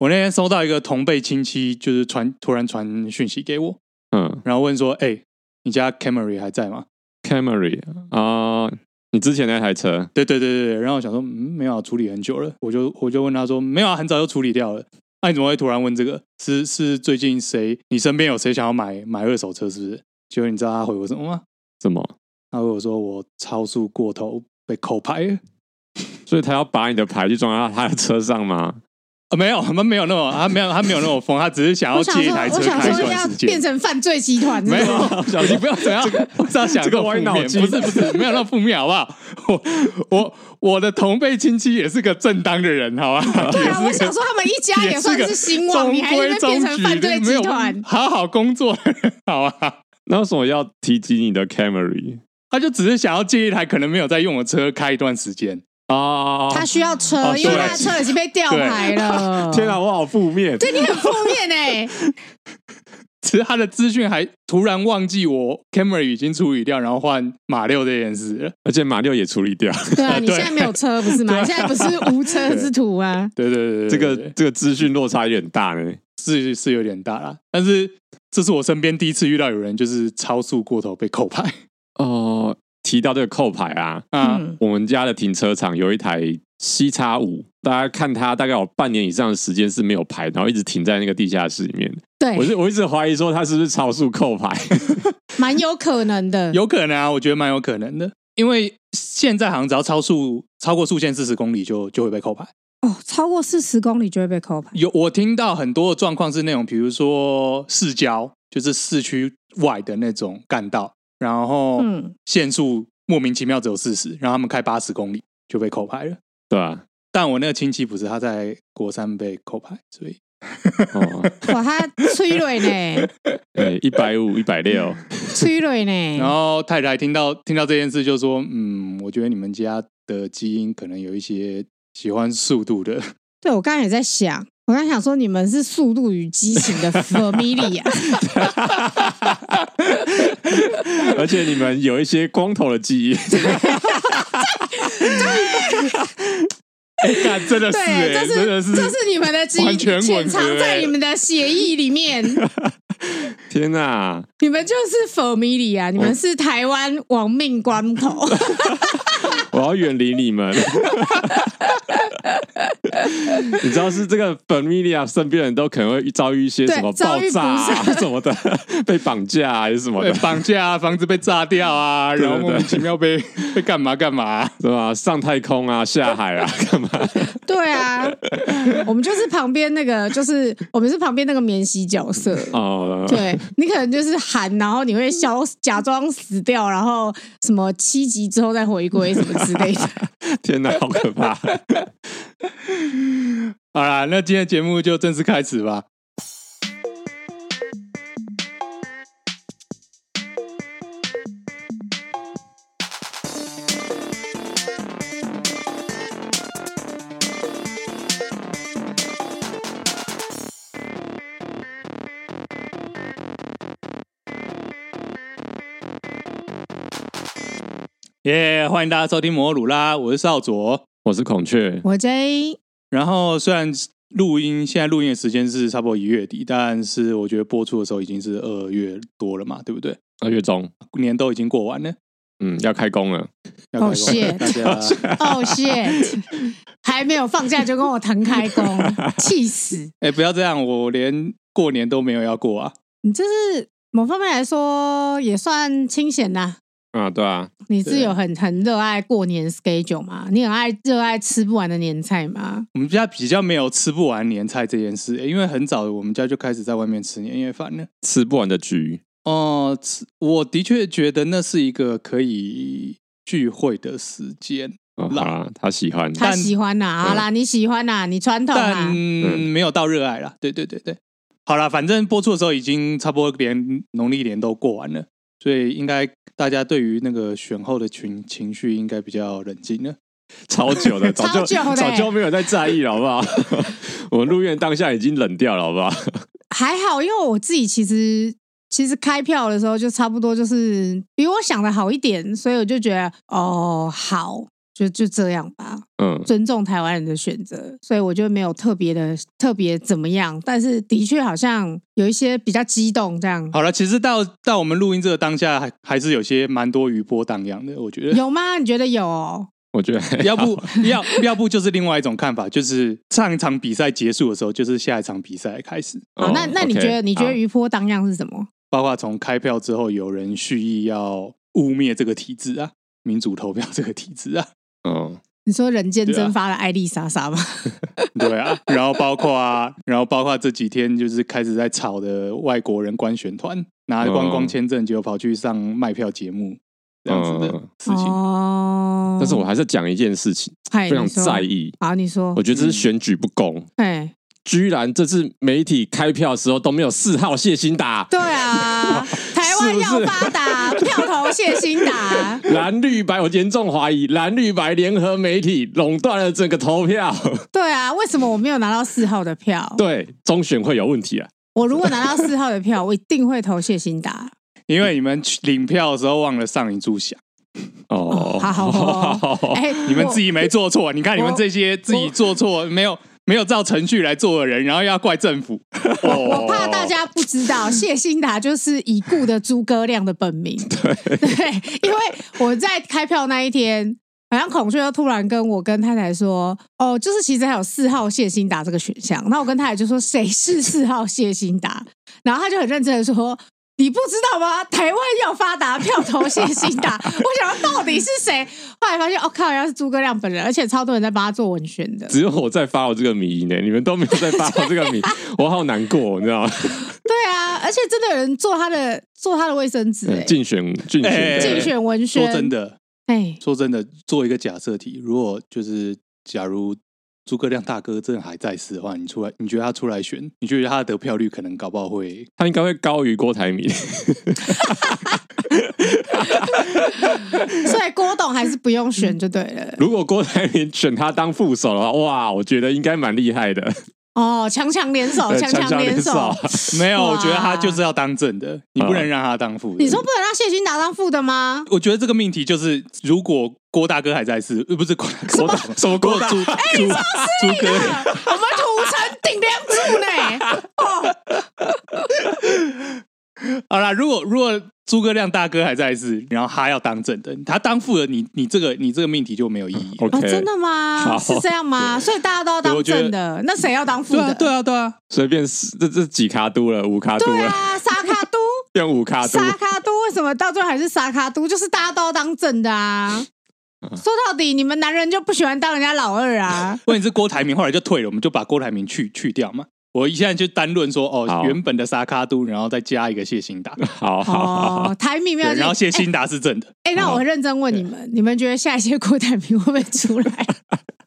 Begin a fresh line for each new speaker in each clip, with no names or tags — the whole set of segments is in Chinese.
我那天收到一个同辈亲戚，就是传突然传讯息给我，
嗯
然后问说：“哎、你家 Camry 还在吗
，Camry 啊、你之前那台车？”，
对对对对对。然后我想说，嗯，没有、啊、处理很久了，我就我就问他说：“没有、啊，很早就处理掉了。那、你怎么会突然问这个？是是最近谁？你身边有谁想要买买二手车？是不是？”结果你知道他回我什么吗？
什么？
他回我说：“我超速过头被扣牌了。”
所以他要把你的牌去装到他的车上吗？
啊，没有， 他们没有那么，啊他没有，他没有那么疯，他只是想要
我想
借一
说
台，车
我想
开一
说
段
要
时间。
变成犯罪集团，
没
是不是
有， 你不要怎样，不要想
这个
那么
歪
负
脑
面
筋
不是不是，没有那么负面，好不好？ 我我我的同辈亲戚也是个正当的人，好吧？
对啊，我
也是
想
个
说他们一家也算
是
是
个
兴旺，你还
中
会
规
变成
中矩
犯罪
没
集
有
团？
好好工作的人，好吧？
那为什么要提及你的 Camry
他就只是想要借一台可能没有在用的车开一段时间。
啊？
他需要车，
哦
因为
对
他的车已经被吊牌 了。
天啊，我好负面。
对你很负面哎、
其实他的资讯还突然忘记我 Camry 已经处理掉，然后换马六这件事了。
而且马六也处理掉，
对啊，你
对啊
现在没有车不是吗？你现在不是无车之徒啊？
对对对对对
这个
对
这个资讯落差有点大呢。
是是有点大啦，但是这是我身边第一次遇到有人就是超速过头被扣牌
哦，提到这个扣牌啊，
啊，
嗯，
我们家的停车场有一台 C 叉五，大家看它大概有半年以上的时间是没有牌，然后一直停在那个地下室里面。
哎
对
我，是我一直怀疑说它是不是超速扣牌，
蛮有可能的。
有可能啊，我觉得蛮有可能的，因为现在好像只要超速超过速限四十公里就就会被扣牌。
哦，超过四十公里就会被扣牌。
有我听到很多的状况是那种，比如说市郊，就是市区外的那种干道，然后
嗯
限速莫名其妙只有四十，然后他们开八十公里就被扣牌了。
对吧、
但我那个亲戚不是，他在国三被扣牌，所以
哦，
哇，他催泪呢，
哎，一百五、一百 六，
催泪呢。
然后太太听到听到这件事，就说：“嗯，我觉得你们家的基因可能有一些喜欢速度的。
对我刚才也在想，我刚才想说你们是速度与激情的 familia，
而且你们有一些光头的记 忆。
哎，干，真的 是、
对，
哎，
这
真的
是这
是
是你们的基因
完全
潜
吻合欸
藏在你们的血液里面，
天哪、
你们就是 familia，你们是台湾亡命关头。
我要远离你们。你知道是这个 familia 身边人都可能会遭遇一些
对
什么爆炸、
遭遇不
啊、什么的， 被绑架、啊、还是什么
被
的，
绑架 啊，房子被炸掉啊，
对
然后莫名其妙被 被干嘛啊干嘛、
是吧？上太空啊，下海 啊，干嘛？
对啊，我们就是旁边那个，就是我们是旁边那个免洗角色。
哦，
对你可能就是喊，然后你会消假装死掉，然后什么七级之后再回归什么之类的。
天哪，好可怕！
好啦，那今天的节目就正式开始吧。耶欢迎大家收听摩鲁啦，我是少佐，
我是孔雀，
我 J
然后虽然录音现在录音的时间是差不多一月底，但是我觉得播出的时候已经是二月多了嘛，对不对？
二月中，
年都已经过完了，
嗯，要开工了。
要开工了
Oh, shit
大家
哦、shit，还没有放假就跟我谈开工，气死！
哎、不要这样，我连过年都没有要过啊。
你这是某方面来说也算清闲啦、
啊，对啊，
你是
对
有很很热爱过年 schedule 吗？你很爱热爱吃不完的年菜吗？
我们家比较没有吃不完年菜这件事，哎因为很早我们家就开始在外面吃年夜饭了。
吃不完的局，
哦、吃我的确觉得那是一个可以聚会的时间，
哦、好啦，他喜欢，
他
但嗯
喜欢呐、好啦，你喜欢呐、你传统
但
啊，
没有到热爱啦。对对对对，好啦，反正播出的时候已经差不多连农历年都过完了，所以应该大家对于那个选后的群情绪应该比较冷静了。
超久的，早就
超久的
早就没有在在意了，好不 好？我们入院当下已经冷掉了，好不好？
还好，因为我自己其实其实开票的时候就差不多就是比我想的好一点，所以我就觉得哦好，就就这样吧，
嗯，
尊重台湾人的选择，所以我就没有特别的特别怎么样，但是的确好像有一些比较激动这样。
好了，其实到到我们录音这个当下，还还是有些蛮多余波荡漾的，我觉 得。
有吗？你觉得有、哦？
我觉得还
要不
好
要要不就是另外一种看法，就是上一场比赛结束的时候，就是下一场比赛的开始，
好，那
哦
那你
OK，
觉得你觉得
好
余波荡漾是什么？
包括从开票之后，有人蓄意要污蔑这个体制啊，民主投票这个体制啊，
嗯
你说人间
对啊
蒸发了艾丽莎莎吗？
对啊，然后包括啊，然后包括这几天就是开始在炒的外国人官选团拿观光签证，就跑去上卖票节目这样子的
嗯
事情。
哦，
但是我还是讲一件事情，
嗨
非常
哎你说哦
在意，
好，你说
我，觉得这是选举不公。
哎，
居然这次媒体开票的时候都没有四号谢欣达，
对啊，台湾要发达，票投谢欣达。
蓝绿白，我严重怀疑蓝绿白联合媒体垄断了整个投票。
对啊，为什么我没有拿到四号的票？
对，中选会有问题啊！
我如果拿到四号的票，我一定会投谢欣达。
因为你们去领票的时候忘了上一炷香，
哦，
好 好好，哎，
你们自己没做错，你看你们这些自己做错没有没有照程序来做的人，然后又要怪政府，
我。
我
我怕大家不知道，谢欣达就是已故的诸葛亮的本名。对因为我在开票那一天，好像孔雀又突然跟我跟太太说：“哦，就是其实还有四号谢欣达这个选项。”那我跟太太就说：“谁是四号谢欣达？” 然后他就很认真的说。你不知道吗？台湾要发达，票投谢欣达。我想到到底是谁？后来发现，哦靠，原来是诸葛亮本人，而且超多人在帮他做文宣的。
只有我在发我这个迷呢，你们都没有在发我这个迷，我好难过，你知道吗？
对啊，而且真的有人做他的做他的卫生纸、欸，
竞选竞选
哎
的
竞选文宣。
说真，的，
哎，
说真的，做一个假设题，如果就是假如诸葛亮大哥真的还在世的话，你出来，你觉得他出来选，你觉得他的得票率可能搞不好会
他应该会高于郭台铭。
所以郭董还是不用选就对了。
如果郭台铭选他当副手的话，哇，我觉得应该蛮厉害的，呃
哦，强强联手，
对
强强联手。
没有，
哇
我觉得他就是要当正的，你不能让他当副的。
你说不能让谢欣达当副的吗？
我觉得这个命题就是，如果郭大哥还在世，呃，不是郭大哥，
大什么
郭
大
朱朱
哎
朱
啊
哥，
我们土城顶梁柱呢？
好啦，如果如果诸葛亮大哥还在世，然后他要当正的，他当副的，你你这个你这个命题就没有意义。啊
哦，
OK，
真的吗？
好
是这样吗？所以大家都要
对
当
我觉得
正的，那谁要当副
对啊，
的？
对啊，对啊，
随便四这这几卡都了，五卡都
对
了，
啊，沙卡都，
变五卡都，
沙卡都为什么到最后还是沙卡都？就是大家都要当正的啊。说到底，你们男人就不喜欢当人家老二 啊。
问题是郭台铭后来就退了，我们就把郭台铭去去掉嘛。我现在就单论说，哦
好，
原本的沙卡都，然后再加一个谢欣达，
好好好，
哦，台米没有
对，
进，
然后谢欣达是正的，
哎、那我认真问你们，你们觉得下一届郭台铭会不会 出来？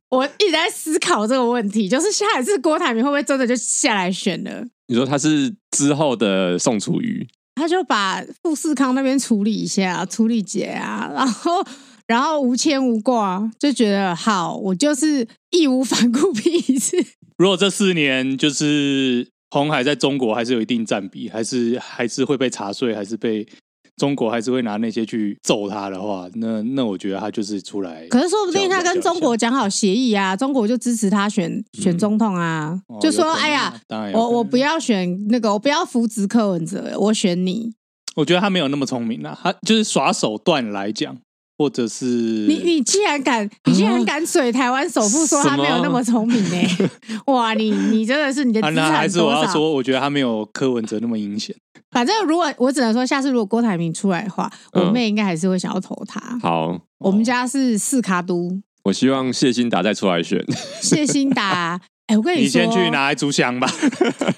我一直在思考这个问题，就是下一次郭台铭会不会真的就下来选了？
你说他是之后的宋楚瑜，
他就把富士康那边处理一下，处理姐啊，然后然后无牵无挂，就觉得好，我就是义无反顾拼一次。
如果这四年就是红海在中国还是有一定占比，还是还是会被查税，还是被中国还是会拿那些去揍他的话，那那我觉得他就是出来。
可是说不定他
叫
跟中国讲好协议啊，中国就支持他选选总统啊，
嗯哦
就
有可
说
能
哎呀，
当然有
我
可
我
能
不要选那个，我不要扶植柯文哲，我选你。
我觉得他没有那么聪明啦，他就是耍手段来讲，或者是
你你既然敢，你竟
哦
然敢水台湾首富说
什
他没有那么聪明 呢、哇，你你真的是你的
啊，
资
那还
产
是我
多
要
少？
说，我觉得他没有柯文哲那么阴险。
反正如果我只能说，下次如果郭台铭出来的话，我
嗯
妹应该还是会想要投他。
好，
我们家是四卡都
我希望谢欣达再出来选，
谢欣达。哎、我跟
你
说，
先去拿一炷香吧，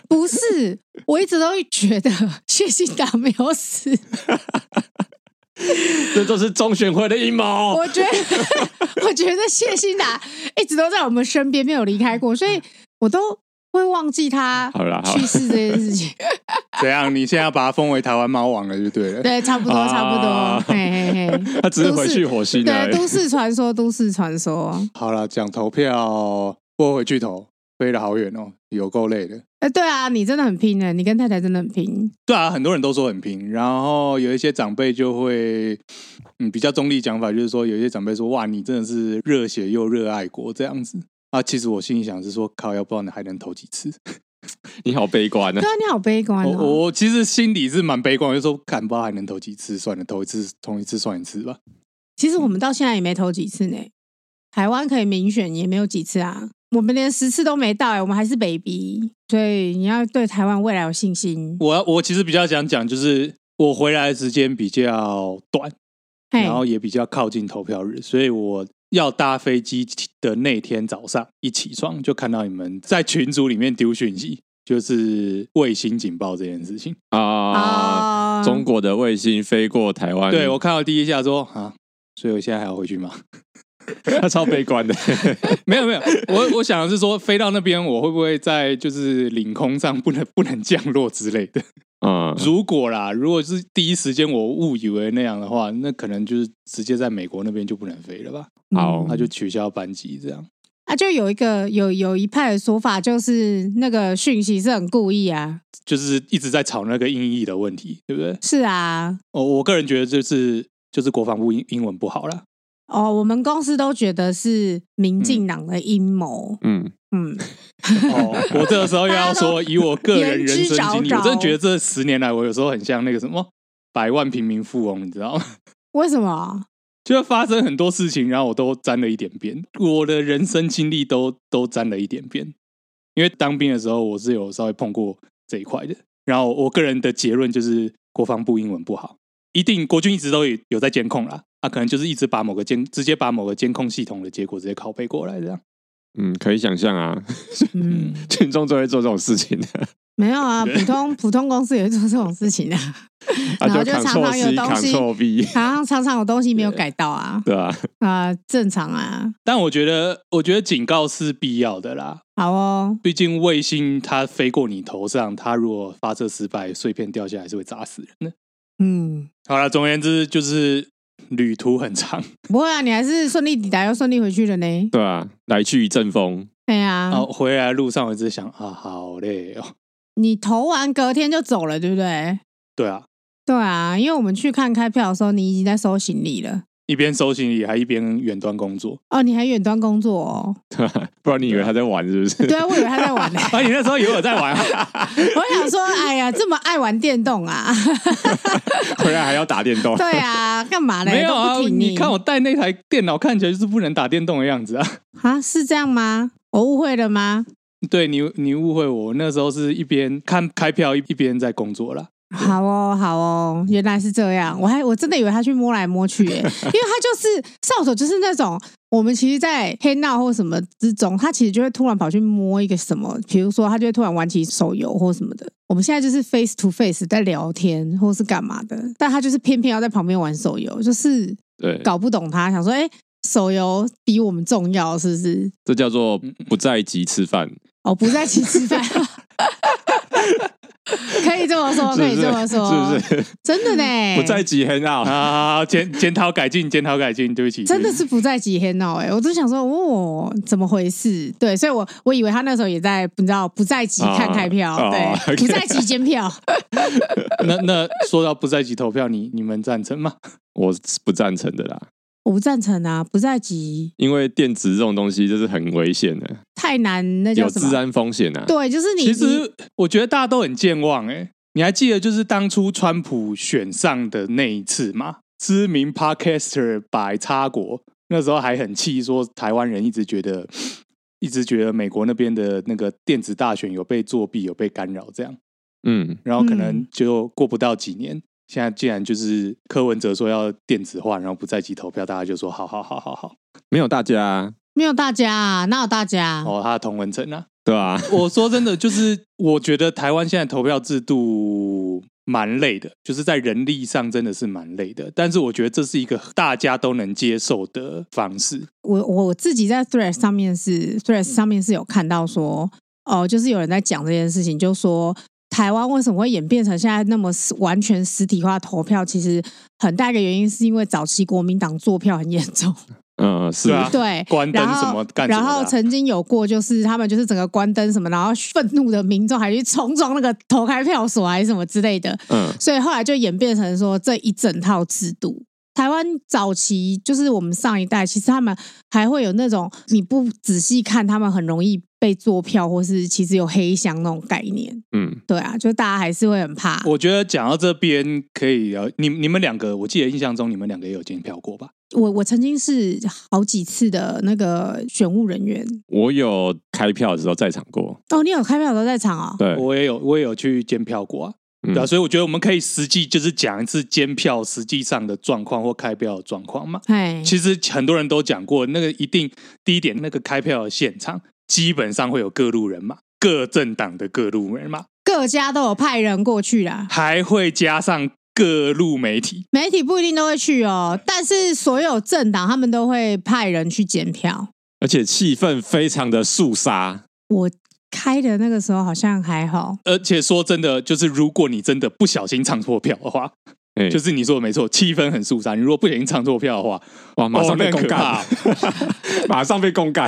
不是，我一直都觉得谢欣达没有死，
这都是中选会的阴谋。
哦
我觉得，我觉得谢欣达一直都在我们身边，没有离开过，所以我都会忘记他
好啦好啦
去世这件事情。
怎样？你现在要把它封为台湾猫王了就对 了。
对，差不多，
啊
差不多，嘿嘿嘿。
他只是回去火星而
对，
已
都。市传说，都市传说。
好了，讲投票，我回去投。飞了好远哦，有够累的。
呃，对啊，你真的很拼哎，你跟太太真的很拼。
对啊，很多人都说很拼，然后有一些长辈就会，嗯，比较中立讲法，就是说有一些长辈说，哇，你真的是热血又热爱国这样子啊。其实我心里想是说，靠，要不然你还能投几次？
你好悲观啊
对！啊，你好悲观
我
哦。
我其实心里是蛮悲观，我就说，看不知道还能投几次，算了，投一次，同一次算一次吧。
其实我们到现在也没投几次呢，台湾可以民选也没有几次啊，我们连十次都没到哎，我们还是 baby，所以你要对台湾未来有信心。
我要我其实比较想讲，就是我回来的时间比较短，
嘿
然后也比较靠近投票日，所以我要搭飞机的那天早上一起床就看到你们在群组里面丢讯息，就是卫星警报这件事情。
啊！
啊
中国的卫星飞过台湾，
对我看到第一下说啊，所以我现在还要回去吗？
他超悲观的。
没有没有，我我想的是说飞到那边我会不会在就是领空上不能不能降落之类的。
嗯，
如果啦，如果是第一时间我误以为那样的话，那可能就是直接在美国那边就不能飞了吧？
好
他就取消班机这样。
嗯啊，就有一个有有一派的说法，就是那个讯息是很故意啊，
就是一直在吵那个音译的问题，对不对？
是啊，
我我个人觉得就是就是国防部英英文不好啦，
哦，我们公司都觉得是民进党的阴谋，
嗯，
嗯，
哦，我这个时候又要说，以我个人人生经
言之
历，
凿凿
我真的觉得这十年来，我有时候很像那个什么百万平民富翁，你知道吗？
为什么？
就发生很多事情，然后我都沾了一点边，我的人生经历都都沾了一点边。因为当兵的时候，我是有稍微碰过这一块的。然后我个人的结论就是，国防部英文不好，一定国军一直都有有在监控啦。啊，可能就是一直把某个监直接把某个监控系统的结果直接拷贝过来这样。
嗯，可以想象啊，
嗯，
群众就会做这种事 情的，
没有啊，普 通普通公司也会做这种事情啊，
啊，
然后就
c
常
t r l
常有
C
东西
c t r l V，
常常常常有东西没有改到啊，
对啊，
啊、正常啊，
但我觉得，我觉得警告是必要的啦。
好哦，
毕竟卫星它飞过你头上，它如果发射失败，碎片掉下来是会砸死人的。
嗯，
好了，总而言之就是旅途很长
不会啊，你还是顺利抵达又顺利回去了呢，
对啊，哦来去一阵风，
对啊，
然后回来路上我一直想啊，好累哦。
你投完隔天就走了，对不对？
对啊，
对啊，因为我们去看开票的时候，你已经在收行李了。
一边收行李还一边远端工 作。
哦，你还远端工作哦？
对啊，不然你以为他在玩是不是？
对啊，我以为他在玩呢、
啊，你那时候也有在玩、 啊？
我想说，哎呀，这么爱玩电动啊？
回来还要打电动，
对啊，干嘛嘞？
没有啊
都，不挺
你看我带那台电脑，看起来就是不能打电动的样子啊。
啊，是这样吗？我误会了吗？
对你，你误会我，我那时候是一边看开票一一边在工作 啦。
好哦，好哦，原来是这样。我还我真的以为他去摸来摸去、 耶，因为他就是扫帚，就是那种我们其实，在黑闹或什么之中，他其实就会突然跑去摸一个什么，比如说他就会突然玩起手游或什么的。我们现在就是 face to face 在聊天或是干嘛的，但他就是偏偏要在旁边玩手游，就是
对，
搞不懂他，想说，哎、手游比我们重要是不是？
这叫做不在即吃饭，
哦，不在一起吃 饭。可以这么说，
是
哦
不
可以
是？
这么说，哎
是不是？
真的呢，
不在即 hang out，
啊，检检讨改进，检讨改进，对不起，
真的
对不起
是不在几天哦，哎，我都想说，哦，怎么回事？对，所以我我以为他那时候也在，不知道不在籍看开票，
哦
对，
哦，OK
不在籍 监票，
那那说到不在籍投票，你你们赞成吗？
我是不赞成的啦，
我不赞成啊，不在籍
因为电子这种东西就是很危险的，
太难，那
有
叫什
治
么？
安风险啊。
对，就是你
其
你
实我觉得大家都很健忘哎、你还记得就是当初川普选上的那一次吗？知名 podcaster 百插国那时候还很气，说台湾人一直觉得，一直觉得美国那边的那个电子大选有被作弊，有被干扰这样，
嗯，
然后可能
嗯
就过不到几年。现在既然就是柯文哲说要电子化，然后不在籍投票，大家就说好好好好好。
没有大家啊，
没有大家啊，哪有大家？
哦，他的同文层啊，
对啊，
我说真的，就是我觉得台湾现在投票制度蛮累的，就是在人力上真的是蛮累的。但是我觉得这是一个大家都能接受的方式。
我我自己在 Thread 上面是 Thread
嗯
上面是有看到说，哦、就是有人在讲这件事情，就说台湾为什么会演变成现在那么实完全实体化投票，其实很大一个原因是因为早期国民党做票很严重，
嗯，是
对啊
对，
关灯
然后
什么干什么
然
的啊
后曾经有过，就是他们就是整个关灯什么，然后愤怒的民众还去冲撞那个投开票所还是什么之类的，
嗯
所以后来就演变成说这一整套制度。台湾早期就是我们上一代，其实他们还会有那种你不仔细看，他们很容易被做票，或是其实有黑箱那种概念。
嗯，
对啊，就大家还是会很怕。
我觉得讲到这边可以聊，你你们两个，我记得印象中你们两个也有监票过吧？
我我曾经是好几次的那个选务人员
我有开票的时候在场过，
哦，你有开票都在场哦。
对，
我也有，我也有去监票过啊。
嗯
对啊，所以我觉得我们可以实际就是讲一次监票实际上的状况或开票的状况嘛。
哎，
其实很多人都讲过，那个一定第一点，那个开票的现场基本上会有各路人嘛，各政党的各路人嘛，
各家都有派人过去啦，
还会加上各路媒体。
媒体不一定都会去哦，但是所有政党他们都会派人去检票。
而且气氛非常的肃杀，
我开的那个时候好像还好，
而且说真的，就是如果你真的不小心唱错票的话，
哎，
就是你说的没错，气氛很肃杀。你如果不小心唱错票的话，
哇，马上被公干
哦，
马上被公干，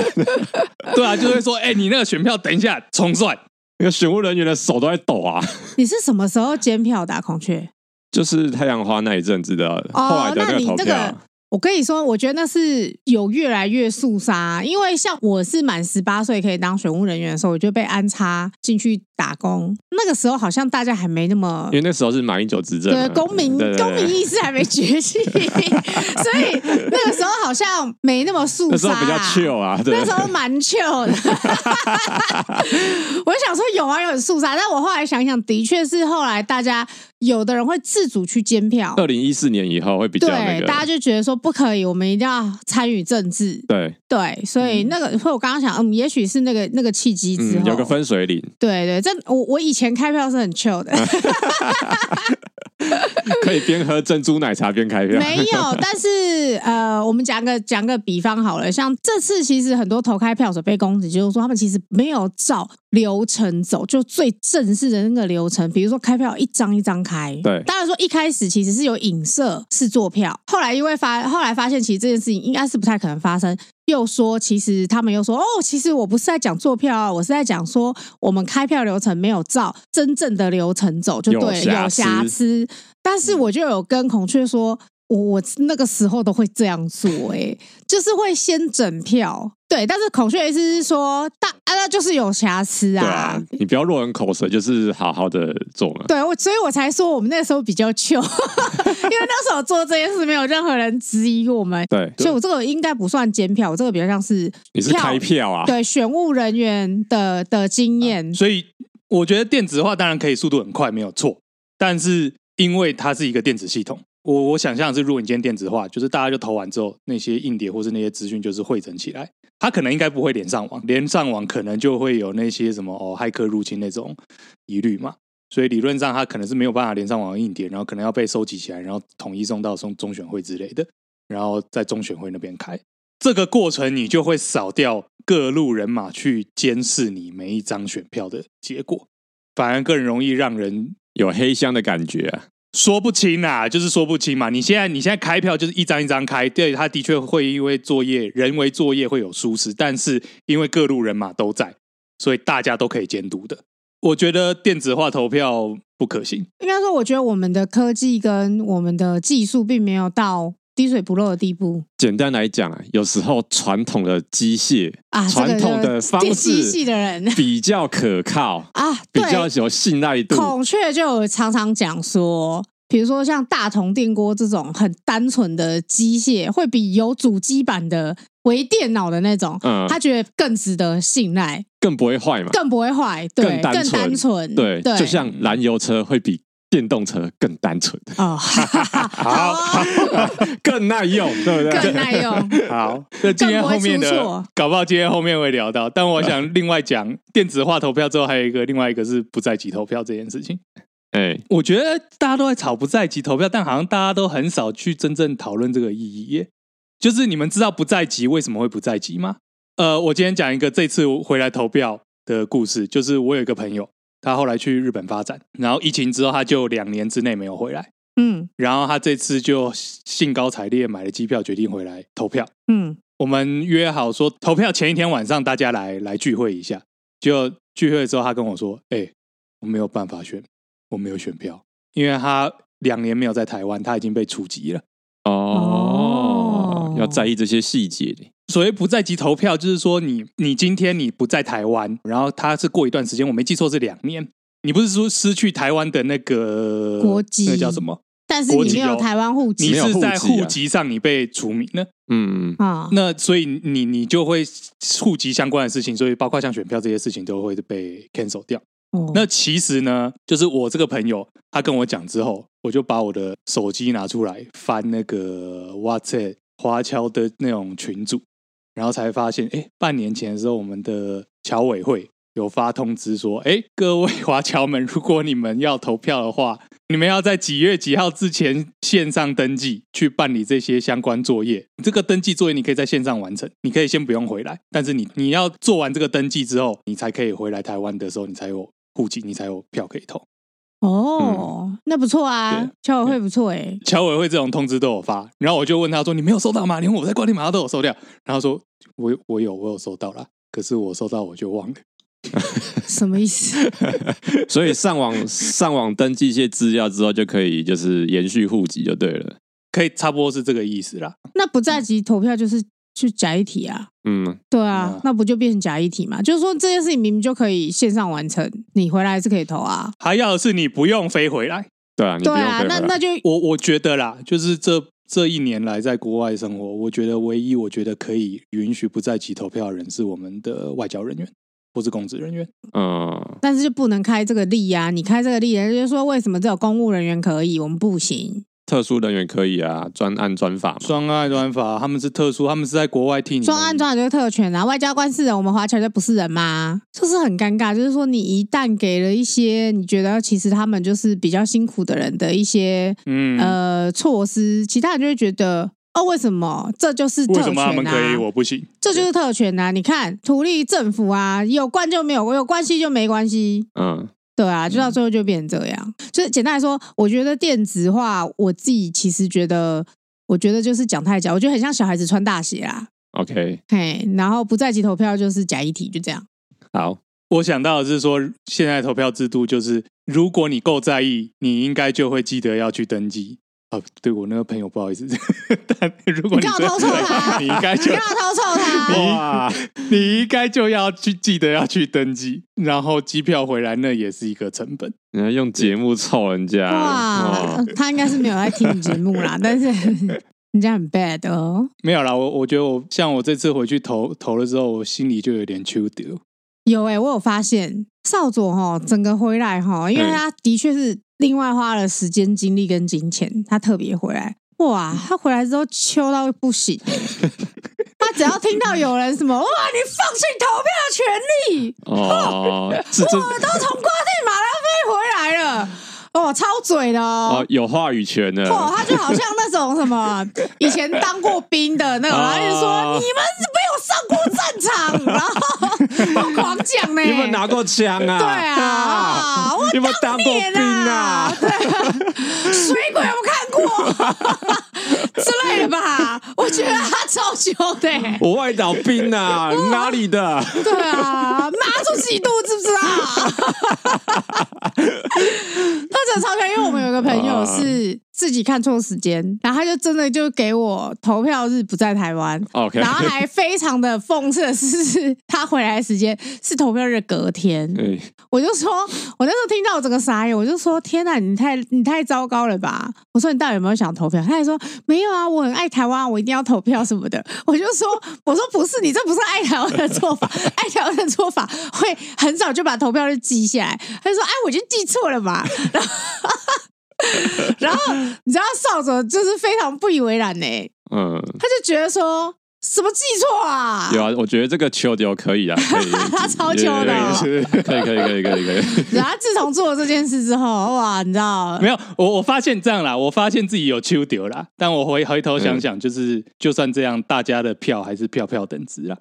对啊，就会说，哎、你那个选票等一下重算。
那个选务人员的手都在抖啊。
你是什么时候检票的、啊？孔雀？
就是太阳花那一阵子的后来
哦，
的
那
个
你
投
这
票，
个，我跟你说，我觉得那是有越来越肃杀，因为像我是满十八岁可以当选务人员的时候，我就被安插进去打工。那个时候好像大家还没那么
因为那时候是马英九执政嘛，啊
对，公民
对对对
公民意识还没 觉醒，所以那个时候好像没那么肃
那时
杀
候
啊、
比较 chill 啊，对
那时候蛮 chill 的。 我想说有啊，有很肃杀，但我后来想想，的确是后来大家有的人会自主去监票，
二零一四年以后会比较
对，
那个，
大家就觉得说不可以，我们一定要参与政治，
对，
对，所以那个会我刚刚想，嗯，也许是那个那个契机之
嗯，
后，
有个分水岭，
对对，这我我以前开票是很 chill 的。
可以边喝珍珠奶茶边开票，
没有，但是呃，我们讲个讲个比方好了，像这次其实很多投开票所被攻击，就是说他们其实没有照流程走，就最正式的那个流程，比如说开票一张一张开。
对
当然说一开始其实是有影射是做票，后来因为发后来发现其实这件事情应该是不太可能发生。又说，其实他们又说，哦，其实我不是在讲做票啊，我是在讲说我们开票流程没有照真正的流程走，就
有
对了，
瑕
有瑕
疵嗯
疵。但是我就有跟孔雀说，我我那个时候都会这样做、 欸，就是会先整票。对，但是孔雀的意思是说，大啊，那就是有瑕疵
对
啊
啊。，你不要落人口舌，就是好好的做嘛，
对我，所以我才说我们那时候比较 糗，因为那时候做这件事没有任何人质疑我们，
对，
所以我这个应该不算监票，我这个比较像是
你是开票啊，
对选务人员的的经验。
所以我觉得电子化当然可以速度很快，没有错。但是因为它是一个电子系统，我我想象的是，如果你今天电子化，就是大家就投完之后，那些硬碟或是那些资讯就是汇整起来，它可能应该不会连上网，连上网可能就会有那些什么哦骇客入侵那种疑虑嘛。所以理论上，它可能是没有办法连上网的硬碟，然后可能要被收集起来，然后统一送到中中选会之类的，然后在中选会那边开。这个过程你就会少掉各路人马去监视你每一张选票的结果，反而更容易让人
有黑箱的感觉啊，
说不清啊，就是说不清嘛。你现在你现在开票就是一张一张开，对，他的确会因为作业人为作业会有疏失，但是因为各路人马都在，所以大家都可以监督的。我觉得电子化投票不可行，
应该说，我觉得我们的科技跟我们的技术并没有到滴水不漏的地步
简单来讲啊，有时候传统的机械、
啊。这个
传
就
统的方
电机系
式
的人
比较可靠，
啊，
比
对，
较有信赖度，
孔雀就有常常讲说，比如说像大同电锅这种很单纯的机械，会比有主机板的微电脑的那种，
嗯
他觉得更值得信赖，
更不会坏嘛。
更不会坏，对，
更
更
单纯
单纯，
对，
对，
就像燃油车会比电动车更单纯、
哦，哈哈哈好哦，
更耐用， 对不对？
更耐用，
好，那今天后面的
更不会出错
搞不好今天后面会聊到，但我想另外讲电子化投票之后，还有一个另外一个是不在籍投票这件事情。
哎，
我觉得大家都在吵不在籍投票，但好像大家都很少去真正讨论这个意义耶。就是你们知道不在籍为什么会不在籍吗？呃，我今天讲一个这次回来投票的故事，就是我有一个朋友，他后来去日本发展，然后疫情之后他就两年之内没有回来，
嗯
然后他这次就兴高采烈买了机票，决定回来投票。
嗯，
我们约好说投票前一天晚上大家来来聚会一下。就聚会之后，他跟我说：“哎、我没有办法选，我没有选票，因为他两年没有在台湾，他已经被除籍了。
哦
哦，
要在意这些细节。
所谓不在籍投票，就是说你你今天你不在台湾，然后他是过一段时间，我没记错是两年。”你不是说失去台湾的那个
国籍
那个叫什么？
但是
国
你
籍
没有
有
台湾户
你
籍
没有
是在
户籍啊
户籍上你被除名呢？
嗯，
啊，
那所以你你就会户籍相关的事情，所以包括像选票这些事情都会被 cancel 掉。
哦
那其实呢，就是我这个朋友他跟我讲之后，我就把我的手机拿出来翻那个 WhatsApp 华侨的那种群组，然后才发现，哎，半年前的时候，我们的侨委会有发通知说，哎，各位华侨们，如果你们要投票的话，你们要在几月几号之前线上登记去办理这些相关作业。这个登记作业你可以在线上完成，你可以先不用回来，但是你你要做完这个登记之后，你才可以回来台湾的时候，你才有户籍，你才有票可以投。
嗯
哦，那不错啊
对，
侨委会不错哎，
侨委会这种通知都有发，然后我就问他说：“你没有收到吗？连我在瓜地马拉都有收掉。”然后他说：“我我有我有收到啦，可是我收到我就忘了。
什么 意思？
所以上网上网登记一些资料之后，就可以就是延续户籍就对了。”
可以差不多是这个意思啦。
那不在籍投票就是去假一体啊。
嗯，
对啊
嗯，
那不就变成假议题嘛？就是说这件事情明明就可以线上完成，你回来还是可以投啊。
还要的是你不用飞回来，
对啊，你不
对
用
啊
飞，
那
回
那
来。
就
我我觉得啦，就是这这一年来在国外生活，我觉得唯一我觉得可以允许不在籍投票的人是我们的外交人员或是公职人员。
嗯，
但是就不能开这个例啊！你开这个例，人家就说为什么只有公务人员可以，我们不行？
特殊人员可以啊，专案专法嘛。
双案专法他们是特殊，他们是在国外替你们
专案专法就是特权啊，外交官是人，我们华侨就不是人吗？就是很尴尬，就是说你一旦给了一些你觉得其实他们就是比较辛苦的人的一些、
嗯。
呃措施，其他人就会觉得哦，为什么这就是特
为
权啊？
什么他们可以，我不行？
这就是特权呐、啊！你看，图利政府啊，有关就没有，有关系就没关系，
嗯，
对啊，就到最后就变成这样。就是简单来说，我觉得电子化，我自己其实觉得，我觉得就是讲太假，我觉得很像小孩子穿大鞋啦，
OK，
嘿，然后不在籍投票就是假议题，就这样。
好，
我想到的是说，现在投票制度就是，如果你够在意，你应该就会记得要去登记。啊，对我那个朋友不好意思， 但如果
你干嘛
真
偷啊凑他
的 你应该
不
就
要偷凑他，
哇，
你应该就要去记得要去登记，然后机票回来那也是一个成本。
你还用节目凑人家，
哇，
哦
呃他应该是没有在听你节目啦，但是 人家很 bad 哦。
没有啦，我我觉得我像我这次回去投投了之后，我心里就有点丘德。
有哎、我有发现少佐哈，整个回来哈，因为
嗯
他的确是另外花了时间、精力跟金钱，他特别回来。哇，他回来之后秋到不行、 欸，他只要听到有人什么哇，你放弃投票权利，
哦，这这
我都从瓜地马拉飞回来了，哦，超嘴的哦
哦。有话语权的，
哦，他就好像那种什么以前当过兵的那种，
哦
然后就说你们没有上过战场，然后狂讲欸呢、
你有没有拿过枪啊？
对啊，我
你有没有当过
脸
兵啊？
对 啊，水鬼有没有看过之类的 吧？我觉得他超凶的、欸
我外岛兵啊，你哪里的？
对啊，妈住自己肚子知不知道？ 他真的超凶，因为我们有个朋友是自己看错时间，然后他就真的就给我投票日不在台湾。
OK
然后还非常的讽刺的是，他回来的时间是投票日隔天。
对，
我就说，我那时候听到我整个傻眼，我就说：“天哪，你太你太糟糕了吧！”我说：“你到底有没有想投票？”他还说：“没有啊，我很爱台湾，我一定要投票什么的。”我就说：“我说不是，你这不是爱台湾的做法， 爱台湾的做法会很早就把投票日记下来。”他就说：“哎，我就记错了嘛。” 然后，然后你知道少佐就是非常不以为然呢、
嗯，
他就觉得说什么记错啊？
有啊，我觉得这个球丢可以啊，可以，
他超球的哦
可以可以，可以，可以，可以，可以。
然后他自从做了这件事之后，哇，你知道
没有，我我发现这样啦，我发现自己有丘德啦，但我回回头想想，就是、就算这样，大家的票还是票票等值啦。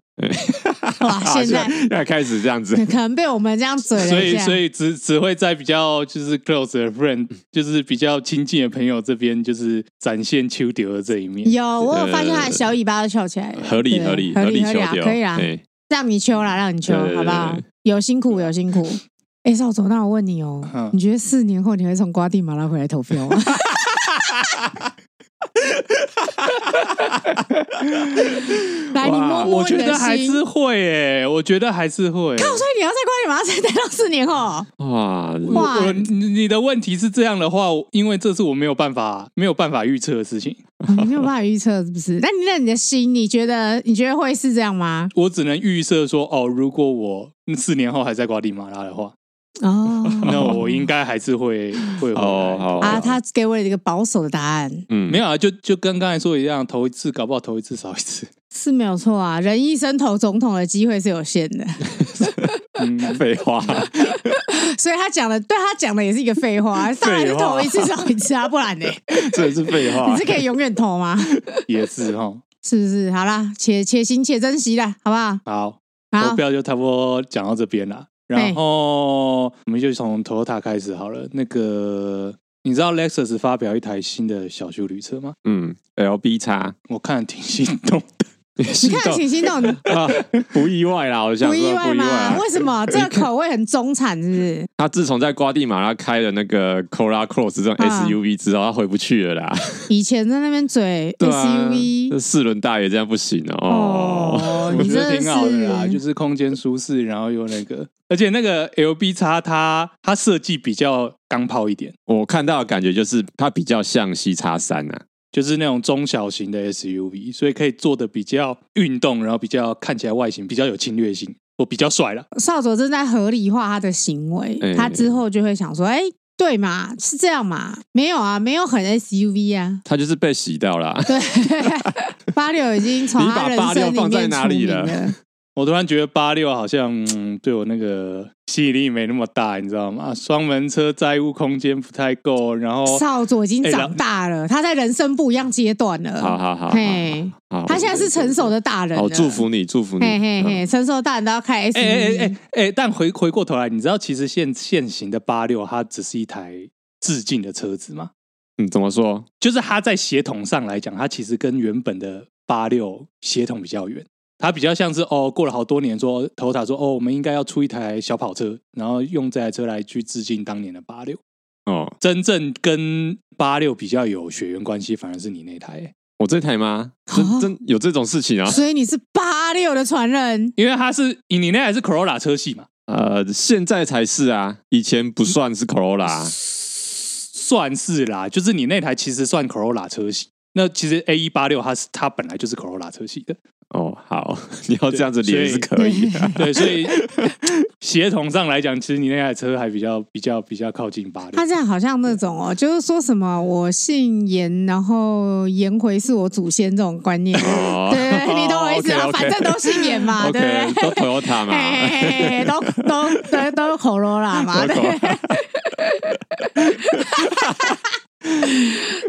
哇，现在
现在开始这样子，
可能被我们这样嘴
所
了一
以，
下
所。以只只会在比较就是 close 的 friend，就是比较亲近的朋友这边，就是展现丘迪的这一面。
有，我有发现他的小尾巴都翘起来了，
合理
对
合理
合
理
合
求
理啊，
丢，哎
可以啦，
对
让你秋啦，让你秋，
对对对
好不好
对？
有辛苦，有辛苦。 哎，邵总，那我问你哦
嗯，
你觉得四年后你会从瓜地马拉回来投票吗？ 来，你摸摸
我
你
觉
的
得还
心。
是会诶、我觉得还是会、
所以你要在瓜地马拉再待到四年后，哦
哇，
哇
我呃你你的问题是这样的话，我因为这是我没有办法没有办法预测的事情，
哦你没有办法预测，是不是？那你那你的心，你觉得你觉得会是这样吗？
我只能预设说，哦，如果我四年后还在瓜地马拉的话，
哦，
那我应该还是会会回来。
哦好
啊，他给我一个保守的答案，
嗯
没有啊，就就跟刚才说一样，头一次搞不好头一次少一次。
是没有错啊。人一生投总统的机会是有限的，
嗯，
废话，
所以他讲的对他讲的也是一个废话，当然是投一次少一次啊，不然呢？
真的是废话
你是可以永远投吗？
也是哈。
是不是？好啦，且且行且珍惜啦，好不好？
好，投
好，
票就差不多讲到这边啦。然后我们就从 Toyota 开始好了。那个，你知道 Lexus 发表一台新的小修旅车吗？
嗯，LB 叉，
我看挺心动的。
你看，请心动，
啊，不意外啦，我想
不
说
意外
不意
吗？
外。
为什么这个口味很中产？是不是？
他自从在瓜地马拉开了那个 Cora Cross 这种
啊
SUV 之后，他回不去了 啦。
以前在那边嘴
对啊
SUV，
这四轮大爷这样不行哦。
哦，
我
你
觉
真
得
的
挺好的啦，就是是空间舒适，然后又那个，而且那个 LB 叉它它设计比较钢炮一点，
我看到的感觉就是它比较像 C 叉三啊，
就是那种中小型的 SUV，所以可以做的比较运动，然后比较看起来外形比较有侵略性，我比较帅啦。
少佐正在合理化他的行为，
哎
他之后就会想说，哎，对嘛，是这样嘛？没有啊，没有很 SUV 啊。
它就是被洗掉啦。
对，八六已经从他
你
人生
把八六
里
放在
面
哪
出
里
名
了
了。
我突然觉得八六好像、嗯、对我那个吸引力没那么大，你知道吗？啊双门车载物空间不太够，然
哦
后
少佐已经
哎老
长大了，他在人生不一样阶段了。
好好好，
嗯嘿，
好好
他现在是成熟的大人了。
好祝福你，祝福你。嗯
嘿嘿嘿，成熟大人都要开 S
哎哎
U
哎
V，
哎哎，但回回过头来，你知道其实现现行的八六它只是一台致敬的车子吗？
嗯，怎么说？
就是它在协同上来讲，它其实跟原本的八六协同比较远。它比较像是哦，过了好多年说，头塔说哦，我们应该要出一台小跑车，然后用这台车来去致敬当年的八六。
哦，
真正跟八六比较有血缘关系，反而是你那台、欸
我这台吗？真
啊
真有这种事情啊？
所以你是八六的传人。
因为它是你你那台是 Corolla 车系嘛，
呃，现在才是啊，以前
嗯
不算是 Corolla。啊
算是啦，就是你那台其实算 Corolla 车系。那其实 A 一八六它是它本来就是 Corolla 车系的，
哦，好， 你要这样子
对
连是可以啊的。
对，所以协同上来讲，其实你那台车还比较比较比较靠近八
他
六。
这样好像那种哦，就是说什么我姓严，然后颜回是我祖先这种观 念，
哦
对对对，你懂我意思吗？啊
OK，OK
反正都姓严嘛，对不 对
OK，？都 Toyota 嘛。
嘿嘿嘿，都都都都 Corolla 嘛，
都
对
Corolla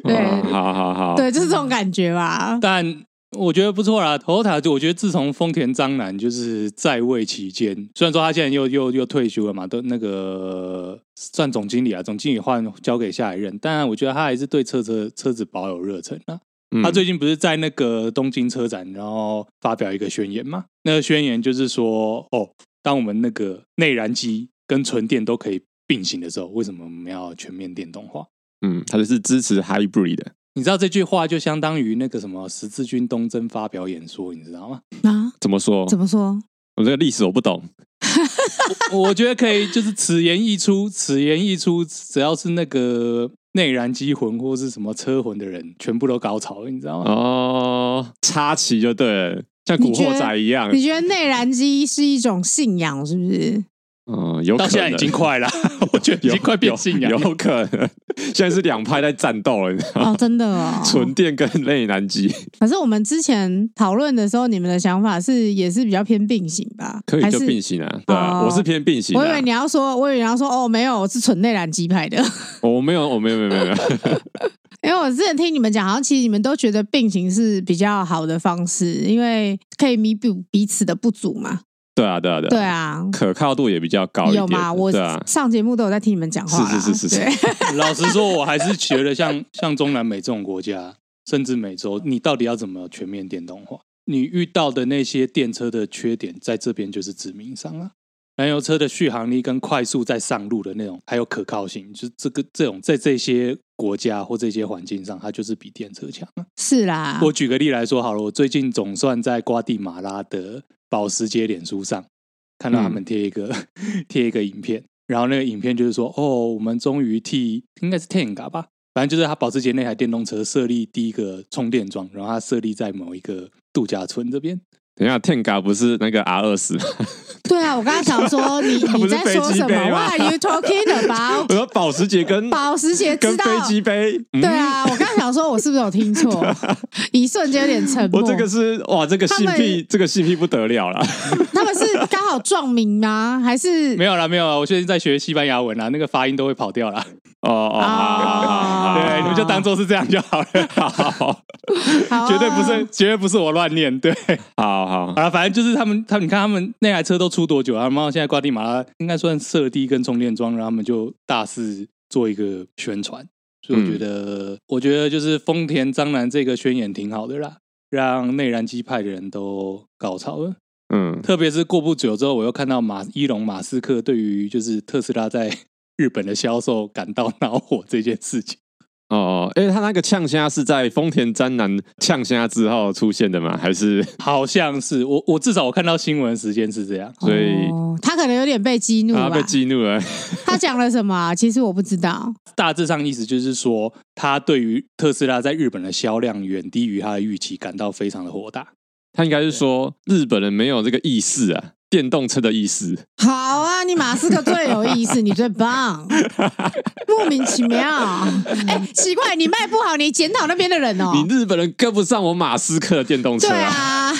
对
哦好好好，
对，就是这种感觉吧。
但我觉得不错啦，Toyota，就我觉得自从丰田章男就是在位期间，虽然说他现在又又又退休了嘛，都那个算总经理啊，总经理换交给下一任，但我觉得他还是对车车车子保有热忱啊。
嗯
他最近不是在那个东京车展，然后发表一个宣言嘛？那个宣言就是说，哦，当我们那个内燃机跟纯电都可以并行的时候，为什么我们要全面电动化？
嗯，它就是支持 Hybrid 的。
你知道这句话就相当于那个什么十字军东征发表演说，你知道吗？
啊，
怎么说？
怎么说？
我这个历史我不懂。
我觉得可以，就是此言一出，此言一出，只要是那个内燃机魂或是什么车魂的人，全部都高潮了，你知道吗？
哦，插旗就对了，像古
你觉得
惑仔一样。
你觉得内燃机是一种信仰，是不 是？
嗯，有可
到
能
现在已经快 了，我觉得已
有
经快变信仰
有
了。
有可能。 现在是两派在战斗了，你知道
哦
吗？，
真的哦。
纯电跟内燃机
可是我们之前讨论的时候，你们的想法是也是比较偏并行吧？
可以
还
就是并行啊，对啊，
哦
我是偏并行
我以为
啊
你，要说，我以为你要说哦，没有，我是纯内燃机派的。
我没有，我没有，没有，没有，没有
因为我之前听你们讲，好像其实你们都觉得病情是比较好的方式，因为可以弥补彼此的不足嘛。
对啊，对啊，对啊，
对啊，
可靠度也比较高一
有
点。
吗？我
对啊，
上节目都有在听你们讲话
是
啦。
是是是是
对
老实说，我还是觉得像像中南美这种国家，甚至美洲，你到底要怎么全面电动化？你遇到的那些电车的缺点，在这边就是致命伤啊。燃油车的续航力跟快速在上路的那种，还有可靠性，就是这个这种在这些国家或这些环境上，它就是比电车强啊。
是啦。
我举个例来说好了，我最近总算在瓜地马拉的保时捷脸书上看到他
嗯
们贴一个、 贴一个影片，然后那个影片就是说，哦，我们终于替应该是 Tenga 吧，反正就是他保时捷那台电动车设立第一个充电桩，然后它设立在某一个度假村这边。
等一下，Tenga 不是那个 R 二十，
对啊，我刚刚想 说你
它
你
不是
在说什
飞机
么
杯吗
？What are you talking about？
我说保时捷跟
保时捷知
跟
道
飞机杯，嗯
对，啊，我刚刚想说，我是不是有听错？一瞬间有点沉默。
我这个是哇，这个
他
性
们
癖，这个性癖不得了了。
他们是刚好撞名吗？还是
没有啦，没有啦，我最近在学西班牙文啦，那个发音都会跑掉啦。
哦哦，好好好好
啊
对，你们就当做是这样就好了，
好
好啊
绝对不是，绝对不是我乱念。对，
好 好，
好了，啊反正就是他们，他们你看他们那台车都出多久啊？然后现在瓜地马拉应该算设地跟充电桩，然后他们就大肆做一个宣传。所以我觉得，我觉得就是丰田张楠这个宣言挺好的啦，让内燃机派的人都高潮了。
嗯，
特别是过不久之后，我又看到马伊隆马斯克对于就是特斯拉在 日本的销售感到恼火这件事情。
哦，哎，他那个呛虾是在丰田詹男呛虾之后出现的吗？还是
好像是我，我至少我看到新闻时间是这样。
所以
哦他可能有点被激怒
啊
吧？
被激怒了？
他讲了什么啊、其实我不知道。
大致上意思就是说，他对于特斯拉在日本的销量远低于他的预期感到非常的火大。
他应该是说日本人没有这个意识啊，电动车的意识。
好啊，你马斯克最有意思，你最 棒，莫名其妙。哎、奇怪，你卖不好，你检讨那边的人哦。
你日本人跟不上我马斯克的电动车
对！ 啊，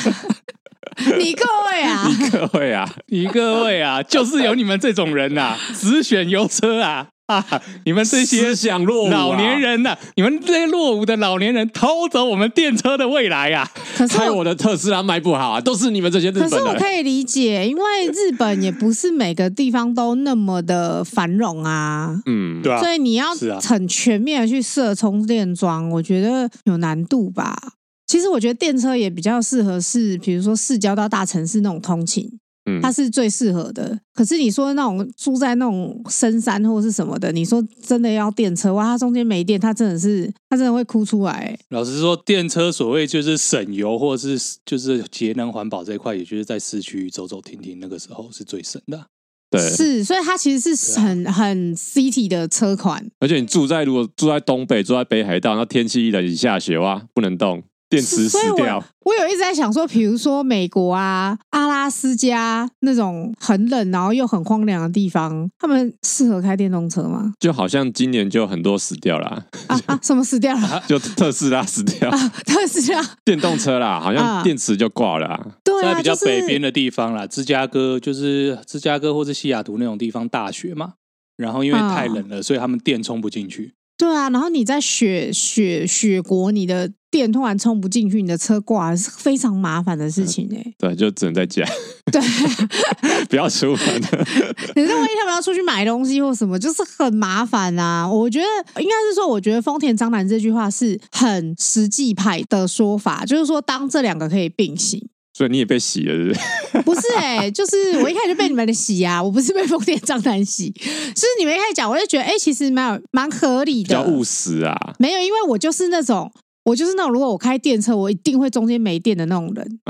你各位啊，
你 各位啊，
你各位啊，就是有你们这种人呐、啊 只选油车啊啊！你们这些
思想落伍啊
老年人呐、你们这些落伍的老年人偷走我们电车的未来呀、
可是
害
我
啊我的特斯拉卖不好啊，都是你们这些日
可
本
是我
人。
可以理解，因为日本也不是每个地方都那么的繁荣啊。
嗯，
对啊
所以你要
是啊
很全面的去设充电桩，我觉得有难度吧。其实我觉得电车也比较适合是，比如说市郊到大城市那种通勤，
嗯
它是最适合的。可是你说那种住在那种深山或是什么的，你说真的要电车哇，它中间没电，它真的是它真的会哭出来、欸
老实说，电车所谓就是省油或者是就是节能环保这一块，也就是在市区走走停停，那个时候是最省的啊、
对，
是，所以它其实是
对啊
很、很 city 的车款。
而且你住在如果住在东北，住在北海道，那天气一冷，你下雪哇，不能动，电池
所以
死
我
掉。
我有一直在想说，比如说美国啊、阿拉斯加那种很冷然后又很荒凉的地方，他们适合开电动车吗？
就好像今年就很多死掉啦，
啊啊，什么死掉了？
就特斯拉死掉，
特斯拉
电动车啦，好
啊
像电池就挂了啊。
对
在
啊，
比较
就是
北边的地方啦，芝加哥就是芝加哥或是西雅图那种地方大雪嘛。然后因为
嗯
太冷了，所以他们电充不进去。
对啊，然后你在雪雪雪国，你的电突然充不进去，你的车挂了是非常麻烦的
嗯
事情哎、
对，就只能在家，
对，
不要出门。
可是万一他们要出去买东西或什么，就是很麻烦啊。我觉得应该是说，我觉得丰田章男这句话是很实际派的说法，就是说当这两个可以并行。
所以你也被洗了，是不是？
不是哎、 就是我一开始就被你们的洗啊，我不是被丰田章男洗，就是你们一开始讲，我就觉得哎、欸其实蛮有蛮合理
比较
的。
务实啊。
没有，因为我就是那种。我就是那种，如果我开电车，我一定会中间没电的那种 人。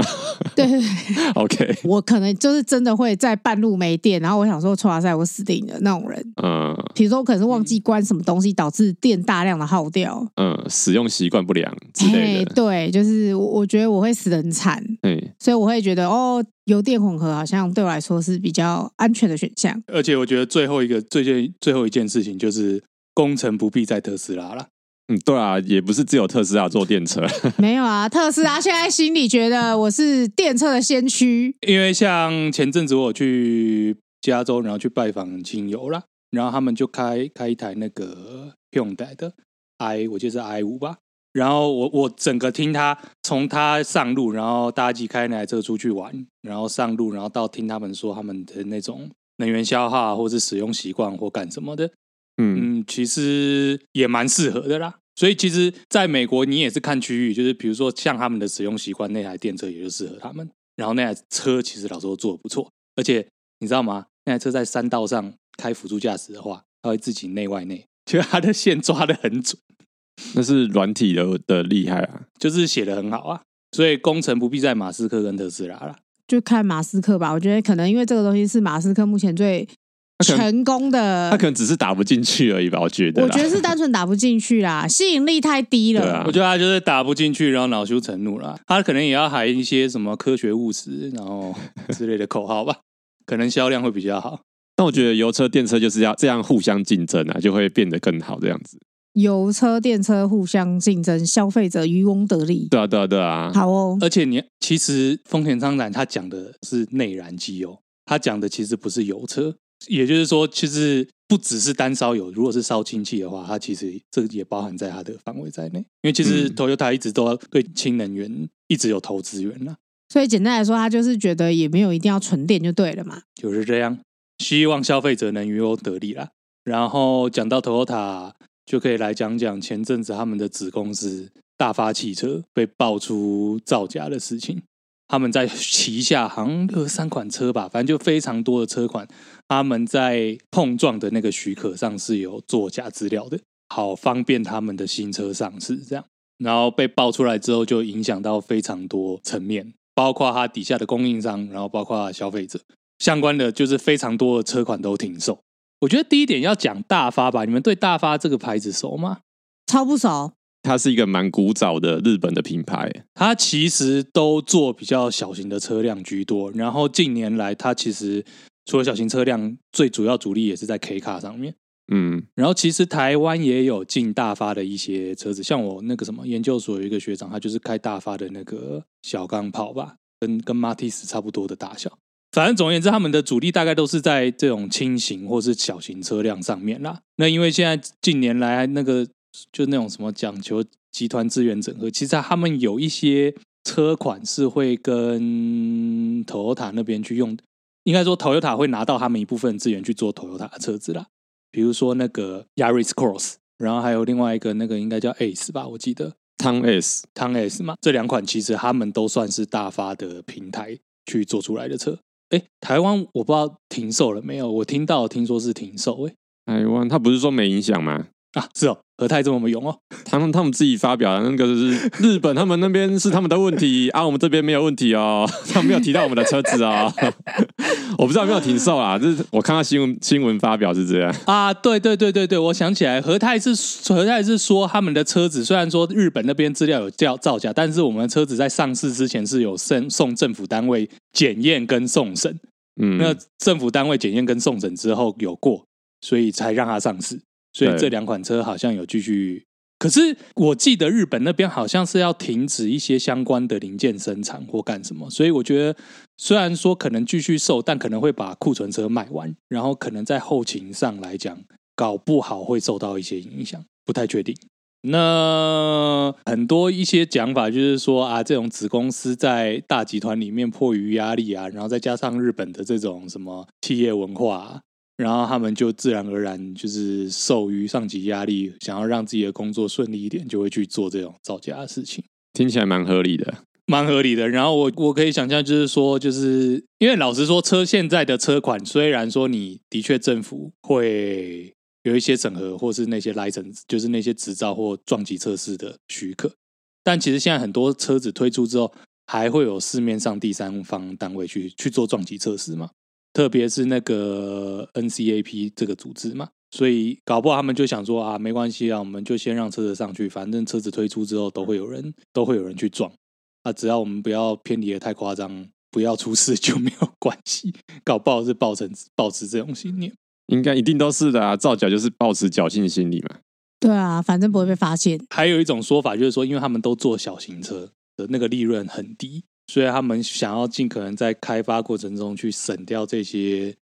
对对对，
OK，
我可能就是真的会在半路没电，然后我想说，哇塞，我死定了那种人。
嗯
比如说我可能是忘记关什么东西，导致电大量的耗掉。
嗯，使用习惯不良之类
嘿，
的。
对，就是我我觉得我会死得很惨，
嗯，
所以我会觉得哦，油电混合好像对我来说是比较安全的选项。
而且我觉得最后一个最件最后一件事情就是工程不必在特斯拉啦。
嗯，对啊，也不是只有特斯拉做电车，
没有啊，特斯拉现在心里觉得我是电车的先驱，
因为像前阵子我有去加州，然后去拜访亲友啦，然后他们就开开一台那个 Hyundai 的 I，我记得是 I 五吧。然后我我整个听他从他上路，然后大家一起开那台车出去玩，然后上路，然后到听他们说他们的那种能源消耗啊或是使用习惯或干什么的，
嗯，
嗯，其实也蛮适合的啦。所以其实在美国，你也是看区域，就是比如说像他们的使用习惯，那台电车也就适合他们。然后那台车其实老实说做的不错，而且你知道吗？那台车在山道上开辅助驾驶的话，它会自己内外内，就是它的线抓的很准，
那是软体的的厉害啊，
就是写的很好啊。所以工程不必在马斯克跟特斯拉啦，
就看马斯克吧。我觉得可能因为这个东西是马斯克目前最
可能
成功的
他，可能只是打不进去而已吧，我觉得啦。
呃我觉得是单纯打不进 去啦，吸引力太低
对
了。
啊
我觉得他就是打不进去，然后恼羞成怒啦。他可能也要喊一些什么科学务实，然后之类的口号吧， 可能销量会比较好。
但我觉得油车电车就是要这样互相竞争啊，就会变得更好这样子。
油车、电车互相竞争，消费者渔翁得利。
对啊，对啊，对啊。
好哦，
而且你其实丰田昌展他讲的是内燃机油，他讲的其实不是油车，也就是说，其实不只是单烧油，如果是烧氢气的话，它其实这也包含在它的范围在内。因为其实
嗯
Toyota 一直都对氢能源一直有投资源啊啦，
所以简单来说，他就是觉得也没有一定要纯电就对了嘛。
就是这样，希望消费者能渔翁得利啦。然后讲到 Toyota，就可以来讲讲前阵子他们的子公司大发汽车被爆出造假的事情。他们在旗下好像二三款车吧，反正就非常多的车款，他们在碰撞的那个许可上是有作假资料的，好方便他们的新车上市这样。然后被爆出来之后，就影响到非常多层面，包括它底下的供应商，然后包括消费者相关的，就是非常多的车款都停售。我觉得第一点要讲大发吧，你们对大发这个牌子熟吗？
超不熟，
它是一个蛮古早的日本的品牌，
它其实都做比较小型的车辆居多，然后近年来它其实除了小型车辆，最主要主力也是在 K 卡上面。
嗯，
然后其实台湾也有进大发的一些车子，像我那个什么研究所有一个学长，他就是开大发的那个小钢炮吧，跟跟 Martis 差不多的大小。反正总而言之，他们的主力大概都是在这种轻型或是小型车辆上面啦。那因为现在近年来那个就那种什么讲求集团资源整合，其实他们有一些车款是会跟 Toyota 那边去用，应该说 Toyota 会拿到他们一部分资源去做 Toyota 的车子啦。比如说那个 Yaris Cross，然后还有另外一个那个应该叫 Ace 吧，我记得
汤 S，
汤 S 嘛，这两款其实他们都算是大发的平台去做出来的车。哎，台湾我不知道停售了没有，我听到听说是停售，哎
台湾，它不是说没影响吗？
啊是哦，和泰这么勇哦，
他们他们自己发表的那个是 日本，他们那边是他们的问题啊，我们这边没有问题哦， 他们没有提到我们的车子哦， 我不知道有没有停售啊，这是我看到新闻新闻发表是这样，
啊，对对对对对，我想起来，和泰是和泰是说他们的车子虽然说日本那边资料有造造假，但是我们的车子在上市之前是有送送政府单位检验跟送审，
嗯，
那政府单位检验跟送审之后有过，所以才让它上市。所以
对
这两款车好像有继续，可是我记得日本那边好像是要停止一些相关的零件生产或干什么，所以我觉得虽然说可能继续售，但可能会把库存车卖完，然后可能在后勤上来讲，搞不好会受到一些影响，不太确定。那很多一些讲法就是说啊，这种子公司在大集团里面迫于压力啊，然后再加上日本的这种什么企业文化啊、然后他们就自然而然就是受于上级压力，想要让自己的工作顺利一点，就会去做这种造假的事情。
听起来蛮合理的，
蛮合理的。然后我我可以想象，就是说，就是因为老实说，车现在的车款，虽然说你的确政府会有一些审核，或是那些 license，就是那些执照或撞击测试的许可，但其实现在很多车子推出之后，还会有市面上第三方单位去去做撞击测试嘛，特别是那个 NCAP 这个组织嘛。所以搞不好他们就想说啊，没关系啊，我们就先让车子上去，反正车子推出之后都会有人都会有人去撞。啊，只要我们不要偏离的太夸张，不要出事就没有关系。搞不好是抱成抱持这种信念，
应该一定都是的啊，造假就是抱持侥幸心理嘛，
对啊，反正不会被发现。
还有一种说法就是说，因为他们都做小型车的那个利润很低，所以他们想要尽可能在开发过程中去省掉这些